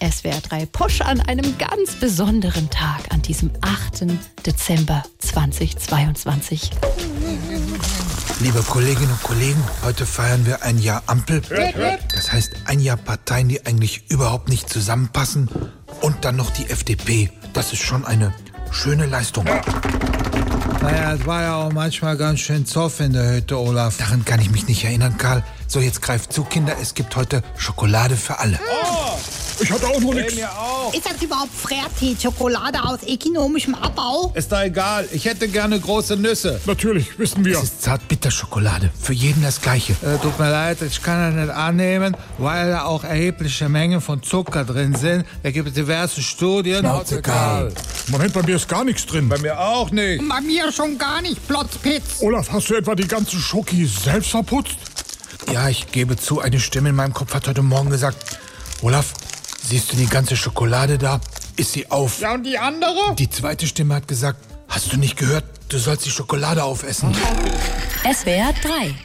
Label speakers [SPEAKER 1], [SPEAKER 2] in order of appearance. [SPEAKER 1] SWR 3 Push an einem ganz besonderen Tag, an diesem 8. Dezember 2022.
[SPEAKER 2] Liebe Kolleginnen und Kollegen, heute feiern wir ein Jahr Ampel. Das heißt ein Jahr Parteien, die eigentlich überhaupt nicht zusammenpassen. Und dann noch die FDP. Das ist schon eine schöne Leistung.
[SPEAKER 3] Naja, es war ja auch manchmal ganz schön Zoff in der Hütte, Olaf.
[SPEAKER 2] Daran kann ich mich nicht erinnern, Karl. So, jetzt greift zu, Kinder. Es gibt heute Schokolade für alle.
[SPEAKER 4] Ich hatte auch noch nichts.
[SPEAKER 5] Ist das überhaupt Fertig? Schokolade aus ökonomischem Abbau?
[SPEAKER 3] Ist da egal. Ich hätte gerne große Nüsse.
[SPEAKER 4] Natürlich, wissen wir.
[SPEAKER 2] Es ist Zartbitterschokolade. Für jeden das Gleiche.
[SPEAKER 3] Äh, tut mir leid, ich kann das nicht annehmen, weil da auch erhebliche Mengen von Zucker drin sind. Da gibt es diverse Studien.
[SPEAKER 2] Schnauze, Karl.
[SPEAKER 4] Moment, bei mir ist gar nichts drin.
[SPEAKER 3] mir auch nicht.
[SPEAKER 5] Bei mir schon gar nicht, Plotzpitz.
[SPEAKER 4] Olaf, hast du etwa die ganze Schoki selbst verputzt?
[SPEAKER 2] Ja, ich gebe zu, eine Stimme in meinem Kopf hat heute Morgen gesagt, Olaf, siehst du die ganze Schokolade da? Ist sie auf?
[SPEAKER 3] Ja, und die andere?
[SPEAKER 2] Die zweite Stimme hat gesagt, hast du nicht gehört? Du sollst die Schokolade aufessen.
[SPEAKER 1] SWR 3